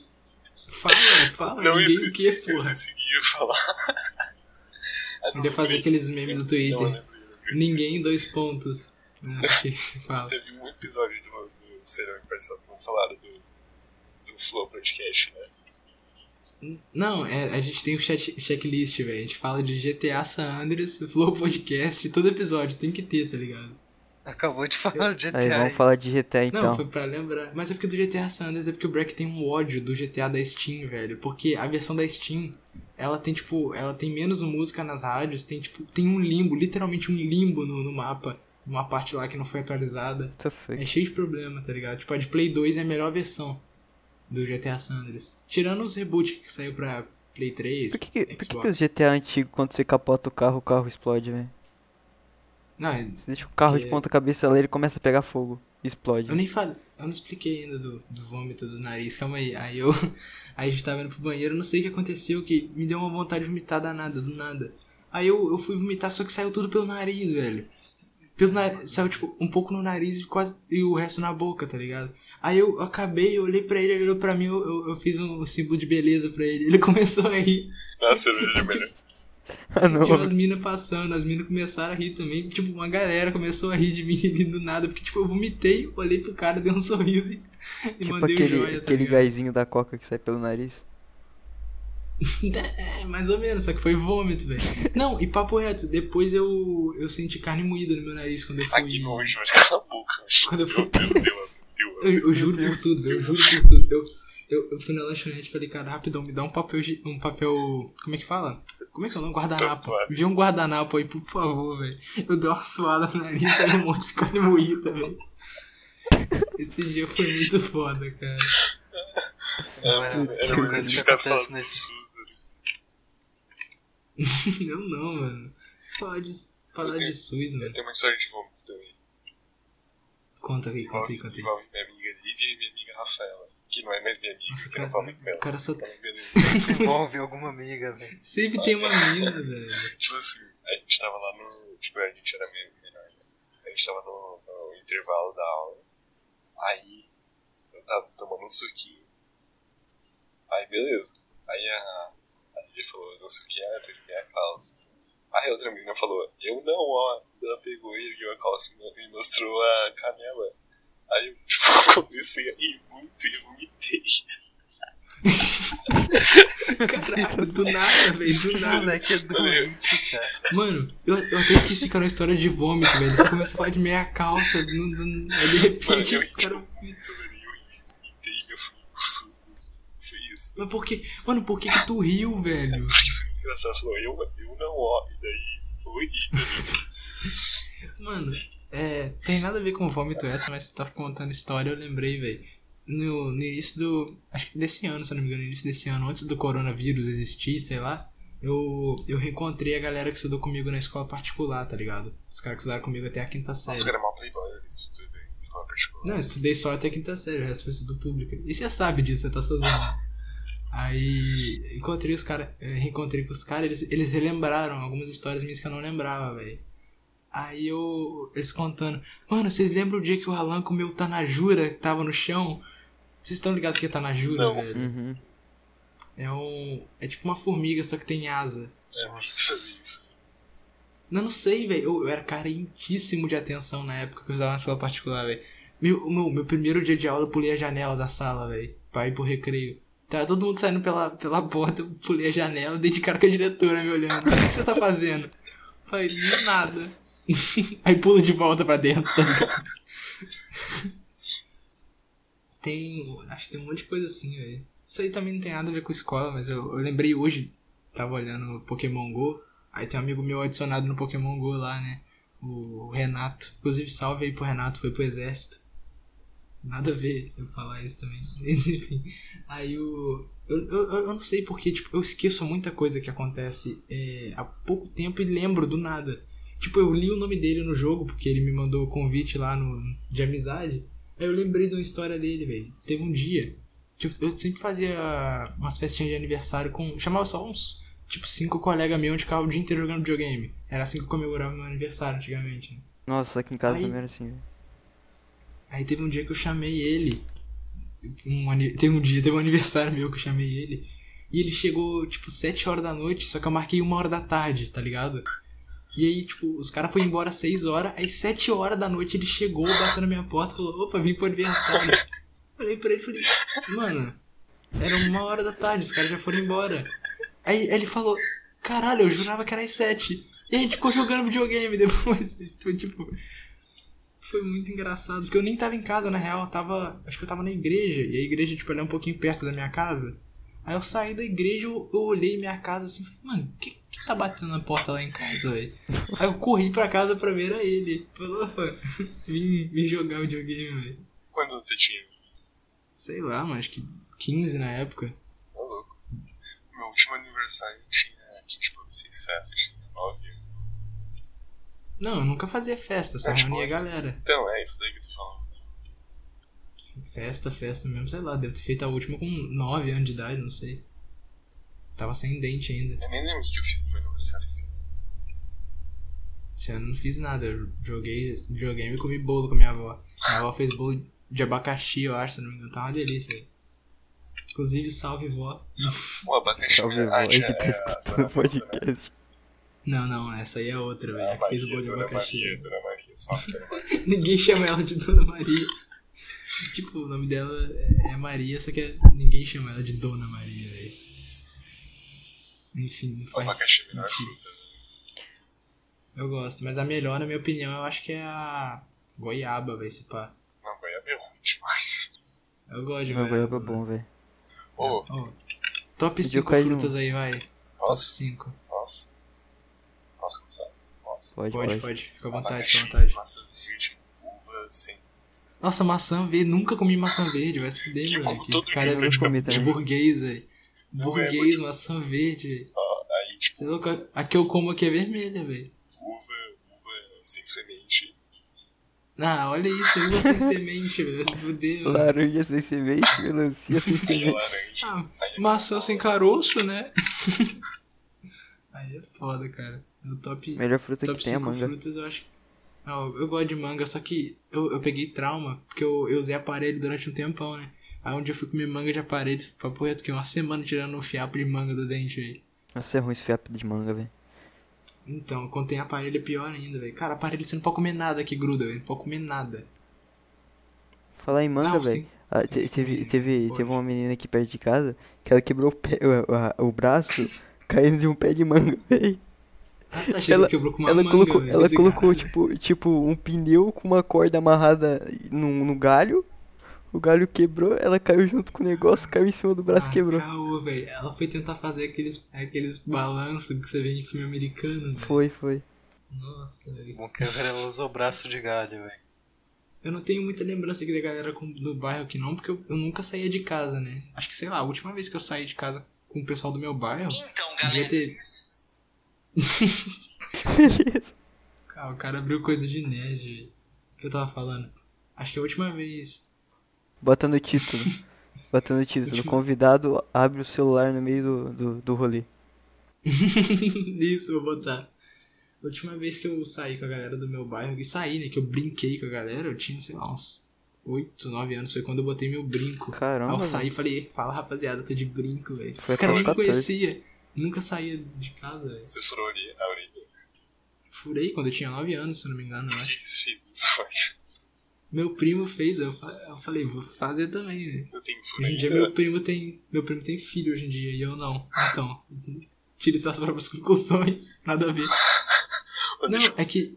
[SPEAKER 1] Fala, fala,
[SPEAKER 4] Não,
[SPEAKER 1] ninguém
[SPEAKER 4] isso-
[SPEAKER 1] o que,
[SPEAKER 4] eu
[SPEAKER 1] porra.
[SPEAKER 4] conseguia falar.
[SPEAKER 1] Podia fazer aqueles memes do
[SPEAKER 4] Não,
[SPEAKER 1] Twitter.
[SPEAKER 4] né?
[SPEAKER 1] Ninguém, dois pontos. Ah, que- fala.
[SPEAKER 4] Teve um episódio do, do Serão Impressado que não falaram do, do Flow Podcast, né?
[SPEAKER 1] Não, é, a gente tem um chat- checklist, velho. A gente fala de GTA San Andreas, Flow Podcast, todo episódio tem que ter, tá ligado?
[SPEAKER 2] Acabou de falar de
[SPEAKER 3] Aí,
[SPEAKER 2] GTA.
[SPEAKER 3] vamos falar de GTA
[SPEAKER 1] Não,
[SPEAKER 3] então.
[SPEAKER 1] foi pra lembrar. Mas é porque do GTA San Andreas é porque o Breck tem um ódio do GTA da Steam, velho. Porque a versão da Steam, ela tem, tipo, ela tem menos música nas rádios, tem, tipo, tem um limbo, literalmente um limbo no, no mapa. Uma parte lá que não foi atualizada.
[SPEAKER 3] What the fuck?
[SPEAKER 1] É cheio de problema, tá ligado? Tipo, a de Play 2 é a melhor versão do GTA San Andreas. Tirando os reboot que saiu pra Play 3.
[SPEAKER 3] Por que, que, por que,
[SPEAKER 1] é Xbox.
[SPEAKER 3] que os GTA antigos, é quando você capota o carro, o carro explode, velho?
[SPEAKER 1] Não,
[SPEAKER 3] Você deixa o carro de
[SPEAKER 1] Porque-
[SPEAKER 3] ponta cabeça lá, ele começa a pegar fogo. Explode.
[SPEAKER 1] É. Eu nem falei, eu não expliquei ainda do, do vômito do nariz, calma aí. Aí eu. Aí a gente tava indo pro banheiro, não sei o que aconteceu, que me deu uma vontade de vomitar danada, do nada. Aí eu, eu fui vomitar, só que saiu tudo pelo nariz, velho. Pelo nariz, saiu tipo um pouco no nariz e quase e o resto na boca, tá ligado? Aí eu acabei, eu olhei pra ele, ele olhou pra mim, eu, eu, eu fiz um símbolo de beleza pra ele. Ele começou a rir.
[SPEAKER 4] Nossa, eu lembro né? melhor.
[SPEAKER 3] Ah, não.
[SPEAKER 1] Tinha as minas passando, as minas começaram a rir também. Tipo, uma galera começou a rir de mim ali do nada, porque tipo, eu vomitei, olhei pro cara, dei um sorriso e, e
[SPEAKER 3] Tipo
[SPEAKER 1] mandei
[SPEAKER 3] aquele,
[SPEAKER 1] o joia, tá
[SPEAKER 3] aquele
[SPEAKER 1] ligado?
[SPEAKER 3] gásinho da coca que sai pelo nariz.
[SPEAKER 1] É, mais ou menos, só que foi vômito, velho. Não, e papo reto, depois eu, eu senti carne moída no meu nariz quando eu fui.
[SPEAKER 4] Aqui no hoje, mas cala a boca.
[SPEAKER 1] Quando eu fui-
[SPEAKER 4] Meu Deus, deu uma- deu uma-
[SPEAKER 1] Eu, eu juro por tudo, velho. Eu juro por tudo. Eu, eu, eu fui na lanchonete e falei, cara, rapidão, me dá um papel. gi- Um papel. Como é que fala? Como é que é o nome? Guardanapo.
[SPEAKER 4] Toalha.
[SPEAKER 1] Vi um guardanapo aí, por favor, velho. Eu dei uma suada no nariz, saiu um monte de carne moída, velho. Esse dia foi muito foda, cara.
[SPEAKER 2] Não, era,
[SPEAKER 3] Meu
[SPEAKER 2] era uma
[SPEAKER 3] Deus.
[SPEAKER 4] Era mais
[SPEAKER 2] coisa que
[SPEAKER 4] difícil ficar
[SPEAKER 2] acontece
[SPEAKER 4] falando do
[SPEAKER 2] nesse.
[SPEAKER 4] SUS. né?
[SPEAKER 1] Eu não, mano. Se Falar de, falar de SUS, mano.
[SPEAKER 4] Eu tenho uma história de vômito também.
[SPEAKER 1] Conta aí, conta aí,
[SPEAKER 4] Envolve
[SPEAKER 1] conta aí.
[SPEAKER 4] envolve minha amiga Lívia e minha amiga Rafaela. Que não é mais minha amiga,
[SPEAKER 1] Nossa,
[SPEAKER 4] que eu não
[SPEAKER 1] cara,
[SPEAKER 4] falo muito com
[SPEAKER 1] o
[SPEAKER 4] ela.
[SPEAKER 1] cara só
[SPEAKER 4] Ela é beleza.
[SPEAKER 2] Envolve alguma amiga, velho.
[SPEAKER 1] sempre tem uma mina, velho.
[SPEAKER 4] Tipo assim, a gente tava lá no. Tipo, a gente era meio menor, né? A gente tava no, no intervalo da aula. Aí eu tava tomando um suquinho. Aí beleza. Aí a, a Lívia falou, eu não suquinho, ah, eu tô de meia calça. Aí a outra menina falou, eu não, ó. Ela pegou e ergueu a calça e mo- e mostrou a canela. Aí eu tipo, comecei a rir muito e eu vomitei.
[SPEAKER 1] Caralho, do nada, velho, do
[SPEAKER 2] O
[SPEAKER 1] nada.
[SPEAKER 2] moleque é doente, cara.
[SPEAKER 1] Mano, eu, eu até esqueci que era uma história de vômito, velho. Você começa a falar de meia calça, do- do- aí de
[SPEAKER 4] Mano,
[SPEAKER 1] repente
[SPEAKER 4] eu
[SPEAKER 1] o
[SPEAKER 4] ri
[SPEAKER 1] cara.
[SPEAKER 4] muito, velho. Eu ri, vomitei, eu fui um suco. Foi isso.
[SPEAKER 1] Mas por que. Mano, por que, que tu riu, velho?
[SPEAKER 4] Porque foi engraçado, falou, eu, eu não, ó, e daí foi.
[SPEAKER 1] Mano, é. Tem nada a ver com vômito essa, mas você tava contando história, eu lembrei, velho. No, no início do. Acho que desse ano, se eu não me engano, no início desse ano, antes do coronavírus existir, sei lá. Eu, eu reencontrei a galera que estudou comigo na escola particular, tá ligado? Os caras que estudaram comigo até a quinta série.
[SPEAKER 4] Nossa, o cara é mal playboy, isso tudo aí, escola particular.
[SPEAKER 1] Não, eu estudei só até a quinta série, o resto foi estudo público. E você sabe disso, você tá sozinho. Aí encontrei os caras, reencontrei com os caras, eles, eles relembraram algumas histórias minhas que eu não lembrava, velho. Aí eu. Eles contando. Mano, vocês lembram o dia que o Alan comeu Tanajura que tava no chão? Vocês estão ligados o que é Tanajura,
[SPEAKER 4] Não.
[SPEAKER 1] velho?
[SPEAKER 3] Uhum.
[SPEAKER 1] É um. É tipo uma formiga, só que tem asa.
[SPEAKER 4] É muito fazer isso.
[SPEAKER 1] Não, não sei, velho. Eu, eu era carentíssimo de atenção na época que eu estudava na escola particular, velho. Meu, meu, meu primeiro dia de aula eu pulei a janela da sala, velho. Pra ir pro recreio. Tava todo mundo saindo pela, pela porta, eu pulei a janela, dei de cara com a diretora me olhando. O que que você tá fazendo? Falei, "Não, nada. Aí pulo de volta pra dentro. tá ligado? tem. Acho que tem um monte de coisa assim, velho. Isso aí também não tem nada a ver com escola, mas eu, eu lembrei hoje, tava olhando Pokémon GO. Aí tem um amigo meu adicionado no Pokémon GO lá, né? O Renato. Inclusive, salve aí pro Renato, foi pro exército. Nada a ver eu falar isso também. Mas enfim. Aí o. Eu, eu, eu não sei porque, tipo, eu esqueço muita coisa que acontece é, há pouco tempo e lembro do nada. Tipo, eu li o nome dele no jogo, porque ele me mandou o convite lá no, de amizade. Aí eu lembrei de uma história dele, velho. Teve um dia que eu, eu sempre fazia umas festinhas de aniversário com. Chamava só uns, tipo, cinco colegas meus, onde ficava o dia inteiro jogando videogame. Era assim que eu comemorava meu aniversário antigamente. né?
[SPEAKER 3] Nossa, aqui em casa
[SPEAKER 1] Aí-
[SPEAKER 3] também era assim, velho.
[SPEAKER 1] Aí teve um dia que eu chamei ele. Um, ani- teve um dia, teve um aniversário meu que eu chamei ele. E ele chegou, tipo, 7 horas da noite, só que eu marquei uma hora da tarde, tá ligado? E aí, tipo, os caras foram embora às 6 horas, aí 7 horas da noite ele chegou, bateu na minha porta e falou, opa, vim pro aniversário. Falei pra ele, falei, mano, era uma hora da tarde, os caras já foram embora. Aí ele falou, caralho, eu jurava que era às 7. E a gente ficou jogando videogame depois. Foi tipo, foi muito engraçado, porque eu nem tava em casa, na real, eu tava. Acho que eu tava na igreja, e a igreja, tipo, ela é um pouquinho perto da minha casa. Aí eu saí da igreja, eu, eu olhei minha casa assim, falei, mano, que, que tá batendo na porta lá em casa, velho? Aí eu corri pra casa pra ver a ele. Falou, opa, vim, vim jogar videogame, velho.
[SPEAKER 4] Quando você tinha?
[SPEAKER 1] Sei lá, mano, acho que 15 na época.
[SPEAKER 4] Ô, tá louco. Meu último aniversário eu tinha que, tipo, eu fiz festa de 9 anos.
[SPEAKER 1] Não, eu nunca fazia festa, só
[SPEAKER 4] É, tipo,
[SPEAKER 1] reunia a galera.
[SPEAKER 4] Então, é isso daí que eu tô falando.
[SPEAKER 1] Festa, festa mesmo, sei lá, devo ter feito a última com 9 anos de idade, não sei. Tava sem dente ainda.
[SPEAKER 4] Eu nem lembro o que eu fiz no meu aniversário assim. esse ano.
[SPEAKER 1] Esse ano eu não fiz nada. Eu joguei videogame e comi bolo com a minha avó. Minha avó fez bolo de abacaxi, eu acho, se não me engano. Tá uma delícia. velho. Inclusive, salve vó.
[SPEAKER 4] O abacaxi
[SPEAKER 3] Salve,
[SPEAKER 4] ah,
[SPEAKER 3] vó,
[SPEAKER 4] tinha-
[SPEAKER 3] que tá
[SPEAKER 4] é,
[SPEAKER 3] escutando o podcast.
[SPEAKER 1] Não, não, essa aí é outra, velho.
[SPEAKER 4] Dona
[SPEAKER 1] A que fez o
[SPEAKER 4] Maria,
[SPEAKER 1] bolo de
[SPEAKER 4] Dona Maria,
[SPEAKER 1] abacaxi.
[SPEAKER 4] Dona Maria, salve, Dona Maria.
[SPEAKER 1] Ninguém chama ela de Dona Maria. Tipo, o nome dela é Maria, só que é- ninguém chama ela de Dona Maria, velho. Enfim, não
[SPEAKER 4] O
[SPEAKER 1] faz
[SPEAKER 4] abacaxi é a melhor
[SPEAKER 1] sentido.
[SPEAKER 4] fruta. né?
[SPEAKER 1] Eu gosto, mas a melhor, na minha opinião, eu acho que é a goiaba, velho, esse pá.
[SPEAKER 4] Não, goiaba é ruim demais.
[SPEAKER 1] Eu gosto de
[SPEAKER 3] Meu goiaba é
[SPEAKER 1] mano.
[SPEAKER 3] bom, velho.
[SPEAKER 4] Ô,
[SPEAKER 1] Ó, top
[SPEAKER 3] Pediu
[SPEAKER 1] 5
[SPEAKER 3] quase um.
[SPEAKER 1] frutas aí, vai. Top
[SPEAKER 4] nossa,
[SPEAKER 1] 5.
[SPEAKER 4] nossa. Posso começar? Nossa.
[SPEAKER 3] Pode, pode.
[SPEAKER 1] Pode, pode. Fica à vontade,
[SPEAKER 4] Abacaxi,
[SPEAKER 1] fica à vontade.
[SPEAKER 4] Maçã verde, uva, sem.
[SPEAKER 1] Nossa, maçã verde. Nunca comi maçã verde. Vai se fuder,
[SPEAKER 4] Que
[SPEAKER 1] moleque.
[SPEAKER 4] bom, todo
[SPEAKER 1] Que cara
[SPEAKER 4] dia eu
[SPEAKER 1] é
[SPEAKER 4] te
[SPEAKER 3] comi
[SPEAKER 1] de
[SPEAKER 3] também.
[SPEAKER 1] burguês, velho.
[SPEAKER 4] Tipo, Não é,
[SPEAKER 1] Burguês, maçã verde.
[SPEAKER 4] ó, Aí, tipo,
[SPEAKER 1] Você é louco? A que eu como aqui é vermelha, velho.
[SPEAKER 4] uva, uva né, sem semente.
[SPEAKER 1] Ah, olha isso. Uva sem semente, velho. Vai se fuder, velho.
[SPEAKER 3] Laranja sem semente, melancia sem
[SPEAKER 4] Tem
[SPEAKER 3] semente.
[SPEAKER 4] laranja.
[SPEAKER 1] Ah,
[SPEAKER 4] Aí,
[SPEAKER 1] maçã sem caroço, né? aí é foda, cara. É o top
[SPEAKER 3] Melhor fruta que
[SPEAKER 1] Top
[SPEAKER 3] tem é
[SPEAKER 1] 5
[SPEAKER 3] manga.
[SPEAKER 1] frutas, eu acho. Não, eu gosto de manga, só que eu, eu peguei trauma, porque eu, eu usei aparelho durante um tempão, né? Aí um dia eu fui comer manga de aparelho, papo reto, que uma semana tirando um fiapo de manga do dente, velho.
[SPEAKER 3] Nossa, é ruim esse fiapo de manga, velho.
[SPEAKER 1] Então, quando tem aparelho é pior ainda, velho. Cara, aparelho você não pode comer nada que gruda, velho. Não pode comer nada.
[SPEAKER 3] Falar em manga,
[SPEAKER 1] Não, você
[SPEAKER 3] velho.
[SPEAKER 1] tem-
[SPEAKER 3] Ah,
[SPEAKER 1] você
[SPEAKER 3] te-
[SPEAKER 1] tem que
[SPEAKER 3] teve,
[SPEAKER 1] comer,
[SPEAKER 3] teve,
[SPEAKER 1] pode.
[SPEAKER 3] teve uma menina aqui perto de casa que ela quebrou o, pé, o, a- o braço caindo de um pé de manga, velho.
[SPEAKER 1] Ah, tá, achei
[SPEAKER 3] Ela-
[SPEAKER 1] que quebrou com uma
[SPEAKER 3] Ela
[SPEAKER 1] manga,
[SPEAKER 3] colocou,
[SPEAKER 1] velho.
[SPEAKER 3] ela
[SPEAKER 1] Esse
[SPEAKER 3] colocou
[SPEAKER 1] cara-
[SPEAKER 3] tipo, tipo um pneu com uma corda amarrada no, no galho. O galho quebrou, ela caiu junto com o negócio, caiu em cima do braço e
[SPEAKER 1] Ah,
[SPEAKER 3] quebrou.
[SPEAKER 1] caô, velho. Ela foi tentar fazer aqueles, aqueles balanços que você vê em filme americano, velho.
[SPEAKER 3] Foi, foi.
[SPEAKER 1] Nossa, velho.
[SPEAKER 2] Bom que ela usou o braço de galho, velho.
[SPEAKER 1] Eu não tenho muita lembrança aqui da galera com- do bairro aqui não, porque eu, eu nunca saía de casa, né? Acho que, sei lá, a última vez que eu saí de casa com o pessoal do meu bairro,
[SPEAKER 7] Então,
[SPEAKER 1] devia
[SPEAKER 7] galera,
[SPEAKER 1] ter...
[SPEAKER 3] Beleza.
[SPEAKER 1] Cara, o cara abriu coisa de nerd, velho. O que eu tava falando? Acho que a última vez...
[SPEAKER 3] Bota no título. Bota no título. O
[SPEAKER 1] Última-
[SPEAKER 3] convidado abre o celular no meio do, do, do rolê.
[SPEAKER 1] Isso, vou botar. A última vez que eu saí com a galera do meu bairro, que saí, né? Que eu brinquei com a galera, eu tinha, sei lá, uns 8, 9 anos, foi quando eu botei meu brinco. Aí
[SPEAKER 3] Caramba.
[SPEAKER 1] eu
[SPEAKER 3] velho.
[SPEAKER 1] saí e falei, fala rapaziada, eu tô de brinco, velho.
[SPEAKER 3] Foi
[SPEAKER 1] Os caras
[SPEAKER 3] aos
[SPEAKER 1] nem me
[SPEAKER 3] 14.
[SPEAKER 1] conheciam. Nunca saía de casa, velho.
[SPEAKER 4] Você furou a orelha. a orelha.
[SPEAKER 1] Furei quando eu tinha 9 anos, se eu não me engano, eu
[SPEAKER 4] O
[SPEAKER 1] acho.
[SPEAKER 4] que que você fez isso? Fábio?
[SPEAKER 1] Meu primo fez, eu, fa- eu falei, vou fazer também, velho.
[SPEAKER 4] Eu tenho furo
[SPEAKER 1] Hoje em dia meu primo tem. Meu primo tem filho hoje em dia e eu não. Então, tire suas próprias conclusões. Nada a ver. Não, é que.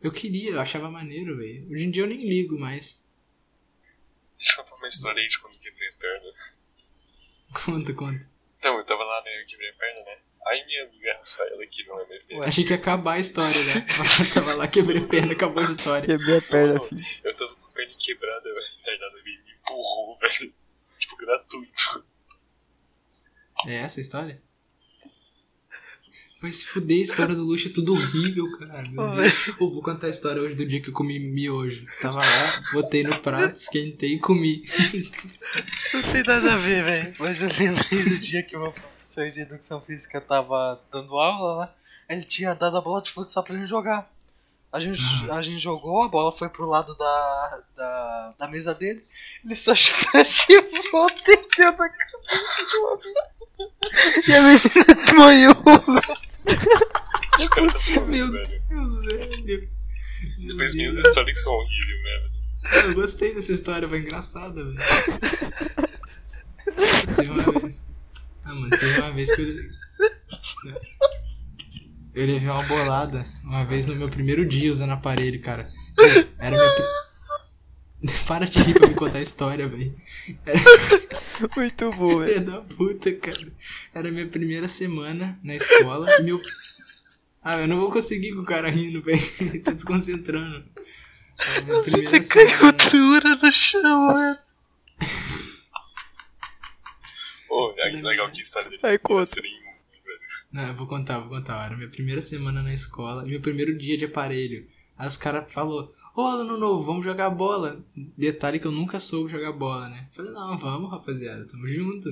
[SPEAKER 1] Eu queria, eu achava maneiro, velho. Hoje em dia eu nem ligo mais.
[SPEAKER 4] Deixa eu contar uma história aí de quando eu quebrei a perna.
[SPEAKER 1] Conta, conta.
[SPEAKER 4] Então, eu tava lá, né? Eu quebrei a perna, né? Aí minha amiga Rafaela, que não é mais minha
[SPEAKER 1] Achei que ia acabar a história, né? Tava lá, quebrei a perna, acabou a história.
[SPEAKER 3] Quebrei a perna, filho.
[SPEAKER 4] Eu tava com a perna quebrada, eu era Tipo, gratuito.
[SPEAKER 1] É essa a história? Vai se fuder, a história do luxo é tudo horrível, cara. Meu
[SPEAKER 2] Ô,
[SPEAKER 1] Deus. Eu vou contar a história hoje do dia que eu comi miojo. Tava lá, botei no prato, esquentei e comi.
[SPEAKER 2] Não tem nada a ver, velho. Mas eu lembrei do dia que o meu professor de educação física tava dando aula lá. Ele tinha dado a bola de futsal pra gente jogar. A gente, a gente jogou, a bola foi pro lado da, da, da mesa dele. Ele só chutou de volta e deu na cabeça do homem. E a menina desmaiou.
[SPEAKER 4] Cara, eu tô falando,
[SPEAKER 1] Meu
[SPEAKER 4] Tá velho.
[SPEAKER 1] Deus, velho. Meu
[SPEAKER 4] Depois minhas
[SPEAKER 1] Deus.
[SPEAKER 4] histórias são horríveis, né, velho.
[SPEAKER 1] Eu gostei dessa história, foi engraçada, velho. Teve uma vez. Ah, mano, teve uma vez que eu. Eu levei uma bolada uma vez no meu primeiro dia usando aparelho, cara. Pô, Era meu. pri- Para de rir pra me contar a história, velho.
[SPEAKER 3] Muito bom, velho.
[SPEAKER 1] Filha da puta, cara. Era minha primeira semana na escola. e meu... Ah, eu não vou conseguir com o cara rindo, velho. Tá desconcentrando. Era minha primeira
[SPEAKER 2] Ele
[SPEAKER 1] semana.
[SPEAKER 2] caiu dura no chão, velho.
[SPEAKER 4] Pô, é legal que a história dele
[SPEAKER 3] Aí
[SPEAKER 4] é
[SPEAKER 3] conta.
[SPEAKER 4] velho.
[SPEAKER 1] Não, eu vou contar, vou contar. Era minha primeira semana na escola, meu primeiro dia de aparelho. Aí os caras falou, ô aluno novo, vamos jogar bola. Detalhe que eu nunca soube jogar bola, né? Falei, não, vamos, rapaziada, tamo junto.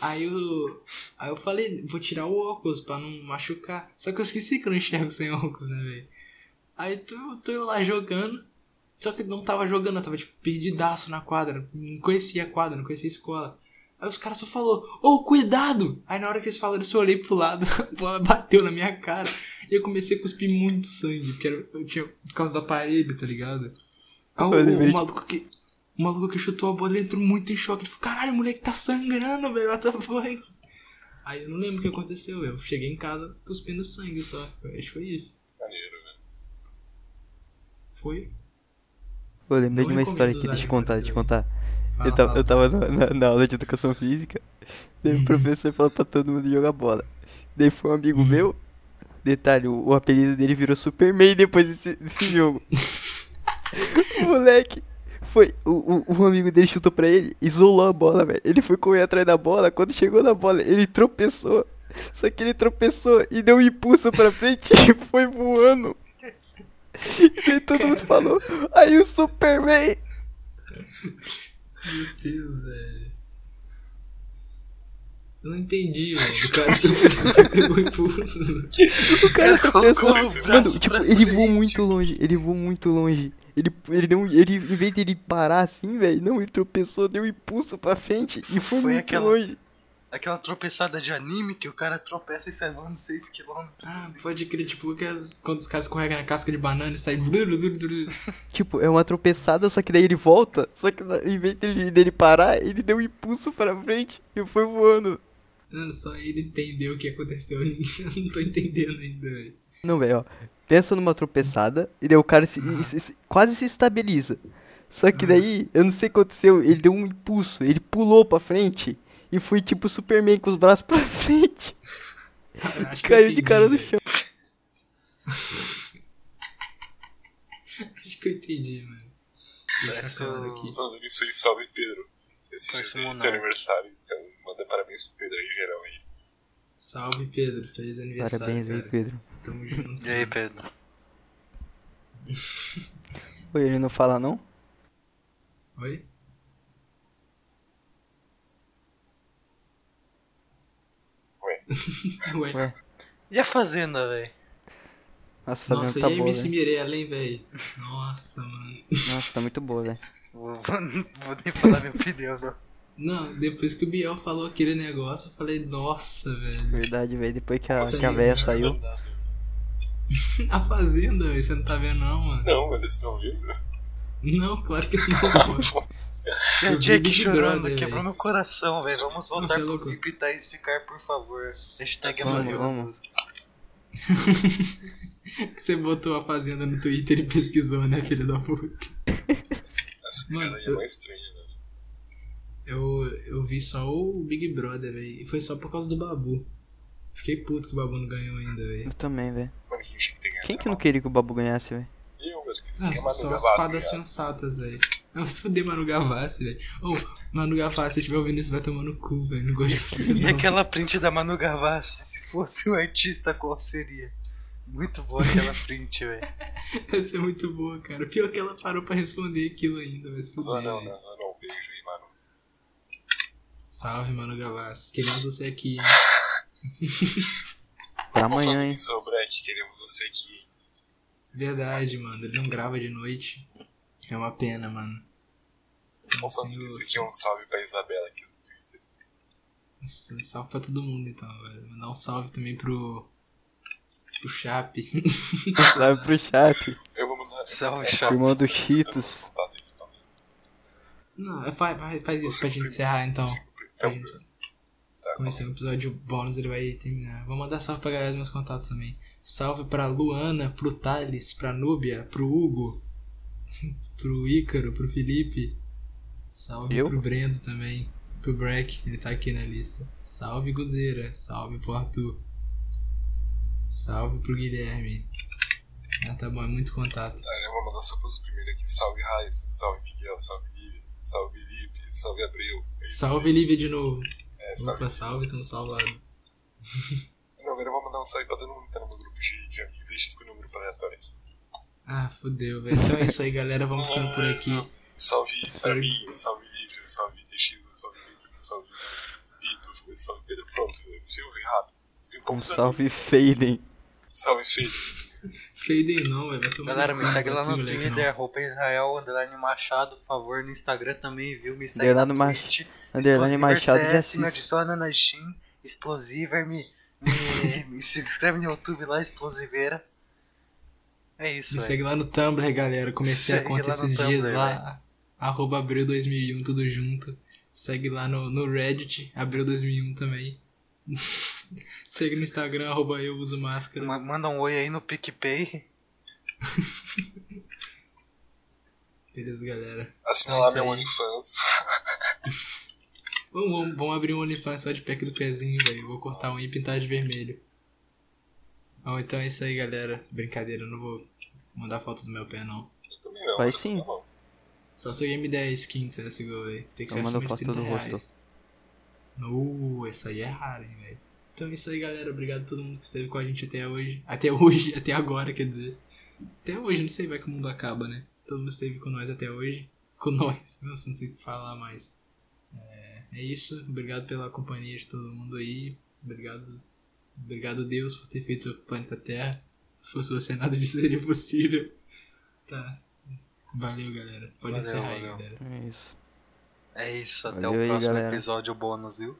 [SPEAKER 1] Aí eu, aí eu falei, vou tirar o óculos pra não machucar. Só que eu esqueci que eu não enxergo sem óculos, né, velho? Aí tô, tô eu lá jogando. Só que eu não tava jogando, eu tava tipo perdidaço na quadra. Não conhecia a quadra, não conhecia a escola. Aí os caras só falou, ô, cuidado! Aí na hora que eles falaram isso, eu olhei pro lado, a bola bateu na minha cara. E eu comecei a cuspir muito sangue, porque era- eu tinha, por causa do aparelho, tá ligado? Aí o,
[SPEAKER 3] Eu
[SPEAKER 1] o
[SPEAKER 3] lembrei de-
[SPEAKER 1] maluco que. O maluco que chutou a bola ele entrou muito em choque. Ele falou, caralho, o moleque tá sangrando, velho, what the fuck? Aí eu não lembro o que aconteceu, eu cheguei em casa cuspindo sangue só. Eu Acho que foi isso.
[SPEAKER 4] Maneiro, velho.
[SPEAKER 1] Foi.
[SPEAKER 3] Eu lembrei
[SPEAKER 1] Não
[SPEAKER 3] de uma
[SPEAKER 1] recomendo
[SPEAKER 3] história aqui,
[SPEAKER 1] usar
[SPEAKER 3] deixa eu
[SPEAKER 1] de
[SPEAKER 3] contar, deixa eu contar.
[SPEAKER 1] Fala,
[SPEAKER 3] Eu tava,
[SPEAKER 1] fala.
[SPEAKER 3] eu tava na, na- na aula de educação física, daí
[SPEAKER 1] Uhum.
[SPEAKER 3] o professor falou pra todo mundo jogar bola. Daí foi um amigo
[SPEAKER 1] Uhum.
[SPEAKER 3] meu, detalhe, o, o apelido dele virou Superman depois desse, desse jogo. o moleque foi. O, o, o amigo dele chutou pra ele, isolou a bola, velho. Ele foi correr atrás da bola, quando chegou na bola, ele tropeçou. Só que ele tropeçou e deu um impulso pra frente e foi voando. E daí todo mundo falou, aí o Superman.
[SPEAKER 1] Meu Deus, velho. Eu não entendi, velho. O cara tropeçou e pegou impulso.
[SPEAKER 3] O cara tropeçou.
[SPEAKER 2] colocou o braço
[SPEAKER 3] Mano, tipo,
[SPEAKER 2] pra
[SPEAKER 3] ele voou
[SPEAKER 2] frente.
[SPEAKER 3] muito longe. Ele voou muito longe. Ele, ele deu um, ele, em vez dele parar assim, velho, não, ele tropeçou, deu um impulso pra frente e
[SPEAKER 2] Foi
[SPEAKER 3] foi, muito
[SPEAKER 2] aquela-
[SPEAKER 3] longe.
[SPEAKER 2] Aquela tropeçada de anime que o cara tropeça e sai voando 6km.
[SPEAKER 1] Ah, pode crer, tipo, que as- quando os caras escorregam na casca de banana e sai. Meu
[SPEAKER 3] Tipo, é uma tropeçada, só que daí ele volta. Só que na- em vez dele, dele parar, ele deu um impulso pra frente e foi voando.
[SPEAKER 1] Mano, só ele entendeu o que aconteceu. Eu não tô entendendo ainda, velho.
[SPEAKER 3] Não, velho, ó. Pensa numa tropeçada e daí o cara se- se- se- quase se estabiliza. Só que daí, eu não sei o que aconteceu, ele deu um impulso, ele pulou pra frente e foi tipo Superman com os braços pra frente.
[SPEAKER 1] Cara, acho que eu
[SPEAKER 3] Caiu de
[SPEAKER 1] entendi,
[SPEAKER 3] cara no
[SPEAKER 1] velho.
[SPEAKER 3] chão.
[SPEAKER 1] Acho que eu entendi, mano. Deixa
[SPEAKER 2] Parece
[SPEAKER 1] eu falar
[SPEAKER 2] o-
[SPEAKER 1] aqui.
[SPEAKER 4] Falando isso aí, salve Pedro. Esse
[SPEAKER 2] Parece
[SPEAKER 4] dia
[SPEAKER 2] um
[SPEAKER 4] é
[SPEAKER 2] monarca.
[SPEAKER 4] teu aniversário, então manda parabéns pro Pedro aí, geral aí.
[SPEAKER 1] Salve, Pedro. Feliz aniversário.
[SPEAKER 3] Parabéns aí,
[SPEAKER 1] cara.
[SPEAKER 3] Pedro.
[SPEAKER 1] Tamo junto.
[SPEAKER 2] E aí, Pedro?
[SPEAKER 3] Oi, ele não fala não?
[SPEAKER 1] Oi?
[SPEAKER 4] Ué.
[SPEAKER 1] Ué.
[SPEAKER 3] Ué.
[SPEAKER 2] E a fazenda, velho?
[SPEAKER 3] Nossa, fazendo
[SPEAKER 1] Nossa,
[SPEAKER 3] tá
[SPEAKER 1] e a
[SPEAKER 3] boa,
[SPEAKER 1] MC
[SPEAKER 3] velho.
[SPEAKER 1] Mirella, hein, velho? Nossa, mano.
[SPEAKER 3] Nossa, tá muito boa, velho.
[SPEAKER 2] Vou, vou, vou nem falar minha opinião, não.
[SPEAKER 1] Não, depois que o Biel falou aquele negócio, eu falei, nossa, velho.
[SPEAKER 3] Verdade, velho. Depois que a,
[SPEAKER 1] Nossa,
[SPEAKER 3] que a
[SPEAKER 1] aí,
[SPEAKER 3] véia
[SPEAKER 1] nossa.
[SPEAKER 3] saiu.
[SPEAKER 1] A Fazenda, velho, você não tá vendo não, mano.
[SPEAKER 4] Não, eles estão ouvindo.
[SPEAKER 1] Não, claro que não, pô.
[SPEAKER 2] E
[SPEAKER 1] Eu
[SPEAKER 2] a
[SPEAKER 1] vi
[SPEAKER 2] Jake
[SPEAKER 1] Big
[SPEAKER 2] um chorando,
[SPEAKER 1] Brother,
[SPEAKER 2] quebrou
[SPEAKER 1] velho.
[SPEAKER 2] meu coração, velho. Vamos voltar
[SPEAKER 1] Nossa, é
[SPEAKER 2] pro
[SPEAKER 1] louco.
[SPEAKER 2] Clipe Thaís ficar, por favor. Hashtag é
[SPEAKER 4] Vamos,
[SPEAKER 2] Brasil.
[SPEAKER 3] vamos.
[SPEAKER 1] Você botou a Fazenda no Twitter e pesquisou, né, filho da puta?
[SPEAKER 4] Essa
[SPEAKER 1] Mano,
[SPEAKER 4] cara aí é
[SPEAKER 1] eu-
[SPEAKER 4] mais estranha, né?
[SPEAKER 1] Eu, eu vi só o Big Brother, velho. E foi só por causa do Babu. Fiquei puto que o Babu não ganhou ainda, velho.
[SPEAKER 3] Eu também, velho.
[SPEAKER 4] Mano, quem tinha que tem
[SPEAKER 3] Quem que não queria que o Babu ganhasse, velho?
[SPEAKER 4] Eu, velho, que
[SPEAKER 1] Ah,
[SPEAKER 4] tem a Manu
[SPEAKER 1] São as
[SPEAKER 4] Gavassi,
[SPEAKER 1] fadas
[SPEAKER 4] aliás.
[SPEAKER 1] sensatas, velho. Não, vai se fuder Manu Gavassi, velho. Ô, Manu Gavassi, se estiver ouvindo isso, vai tomar no cu, velho. Não gosto de você,
[SPEAKER 2] E
[SPEAKER 1] não.
[SPEAKER 2] aquela print da Manu Gavassi, se fosse um artista, qual seria? Muito boa aquela print, velho.
[SPEAKER 1] Essa é muito boa, cara. Pior que ela parou pra responder aquilo ainda, vai se
[SPEAKER 4] Zoa
[SPEAKER 1] fuder.
[SPEAKER 4] não,
[SPEAKER 1] velho.
[SPEAKER 4] não, zoa não. Beijo aí, mano.
[SPEAKER 1] Salve, Manu Gavassi. Queremos você aqui, hein?
[SPEAKER 3] Pra amanhã, hein?
[SPEAKER 4] Sou o Black, queremos você aqui.
[SPEAKER 1] Verdade, mano. Ele não grava de noite. É uma pena, mano.
[SPEAKER 4] Opa,
[SPEAKER 1] Senhor,
[SPEAKER 4] isso aqui é um salve pra Isabela aqui do Twitter.
[SPEAKER 1] Isso, um salve pra todo mundo, então, velho. Mandar um salve também pro. pro Chape.
[SPEAKER 3] Salve pro chat.
[SPEAKER 4] Eu vou mandar.
[SPEAKER 2] Salve,
[SPEAKER 4] É,
[SPEAKER 2] salve.
[SPEAKER 3] Irmão do
[SPEAKER 4] eu vou mandar
[SPEAKER 3] Cheetos.
[SPEAKER 4] um contato aqui, então.
[SPEAKER 1] Não, é, faz, faz- faz isso pra gente encerrar, então. Pra
[SPEAKER 4] Então,
[SPEAKER 1] gente
[SPEAKER 4] tá,
[SPEAKER 1] começar o episódio bônus, ele vai terminar. Vou mandar salve pra galera dos meus contatos também. Salve pra Luana, pro Thales, pra Núbia, pro Hugo, pro Ícaro, pro Felipe. Salve
[SPEAKER 3] Eu?
[SPEAKER 1] pro Brendo também. Pro Breck, ele tá aqui na lista. Salve Guzeira, salve pro Arthur. Salve pro Guilherme. Ah, tá bom, é muito contato.
[SPEAKER 4] Ah, Eu vou mandar só pros primeiros aqui. Salve Raiz, salve Miguel, salve Lívia, salve Felipe, salve Abreu. É isso
[SPEAKER 1] Salve Lívia de novo.
[SPEAKER 4] aí, É, salve.
[SPEAKER 1] Opa, salve, tamo salvado.
[SPEAKER 4] Não, agora eu vou mandar um salve pra todo mundo que tá no meu grupo de, de amigos. Deixa eu escolher um grupo aleatório aqui.
[SPEAKER 1] Ah, fodeu, velho. Então é isso aí, galera. Vamos ficando por aqui.
[SPEAKER 4] Salve
[SPEAKER 1] Espero-
[SPEAKER 4] Fabinho, salve Lívia, salve TX, salve Victor, salve Vitor, salve Pedro. Pronto, viu? Vem rápido. Tem
[SPEAKER 3] Um
[SPEAKER 4] poucos amigos.
[SPEAKER 3] salve Faden.
[SPEAKER 4] Salve Felipe.
[SPEAKER 1] Fadem não, velho. Vai tomar
[SPEAKER 2] Galera,
[SPEAKER 1] no
[SPEAKER 2] me
[SPEAKER 1] cu,
[SPEAKER 2] segue
[SPEAKER 1] não
[SPEAKER 2] lá
[SPEAKER 1] pode
[SPEAKER 2] no
[SPEAKER 1] ser moleque, não.
[SPEAKER 2] Twitter, arroba Israel, underline Machado, por favor, no Instagram também, viu? Me segue
[SPEAKER 3] Underline
[SPEAKER 2] na
[SPEAKER 3] Mach-
[SPEAKER 2] Twitch,
[SPEAKER 3] Underline
[SPEAKER 2] Explosiver
[SPEAKER 3] Machado de
[SPEAKER 2] CS, Me
[SPEAKER 3] Assis.
[SPEAKER 2] adiciona na Steam, Explosiver, me, me, me se inscreve no YouTube lá, Explosiveira. É isso,
[SPEAKER 1] Me
[SPEAKER 2] velho.
[SPEAKER 1] segue lá no Tumblr, galera. Comecei a
[SPEAKER 2] Segue
[SPEAKER 1] conta
[SPEAKER 2] lá no
[SPEAKER 1] esses dias
[SPEAKER 2] Tumblr, né?
[SPEAKER 1] lá. Arroba Abril 2001, tudo junto. Segue lá no, no Reddit, Abril 2001 também. segue no Instagram, arroba eu uso máscara.
[SPEAKER 2] Ma- Manda um oi aí no PicPay.
[SPEAKER 1] Beleza, galera.
[SPEAKER 4] Assina
[SPEAKER 1] É
[SPEAKER 4] lá
[SPEAKER 1] isso
[SPEAKER 4] meu
[SPEAKER 1] aí.
[SPEAKER 4] OnlyFans.
[SPEAKER 1] Vamos, vamos, vamos abrir um OnlyFans só de pack do pezinho, velho. Vou cortar um e pintar de vermelho. Bom, então é isso aí, galera. Brincadeira, eu não vou mandar foto do meu pé, não.
[SPEAKER 4] Eu também não.
[SPEAKER 3] Vai
[SPEAKER 4] mas
[SPEAKER 3] sim.
[SPEAKER 4] Tá bom.
[SPEAKER 1] Só se alguém me der skin de CS GO, velho. Tem que
[SPEAKER 3] Eu
[SPEAKER 1] ser
[SPEAKER 3] mando
[SPEAKER 1] acima de 30
[SPEAKER 3] Então foto do rosto.
[SPEAKER 1] reais. No, essa aí é rara, hein, velho. Então é isso aí, galera. Obrigado a todo mundo que esteve com a gente até hoje. Até hoje, até agora, quer dizer. Até hoje, não sei, vai que o mundo acaba, né? Todo mundo esteve com nós até hoje. Com nós, nossa, não sei o que falar mais. É, é isso. Obrigado pela companhia de todo mundo aí. Obrigado, obrigado Deus por ter feito o planeta Terra. Se fosse você, nada disso seria possível. Tá. Valeu, galera. Pode
[SPEAKER 2] Valeu,
[SPEAKER 1] encerrar aí,
[SPEAKER 2] valeu.
[SPEAKER 1] galera.
[SPEAKER 3] É isso.
[SPEAKER 2] É isso, até
[SPEAKER 3] Valeu
[SPEAKER 2] o
[SPEAKER 3] aí,
[SPEAKER 2] próximo
[SPEAKER 3] galera.
[SPEAKER 2] episódio bônus, viu?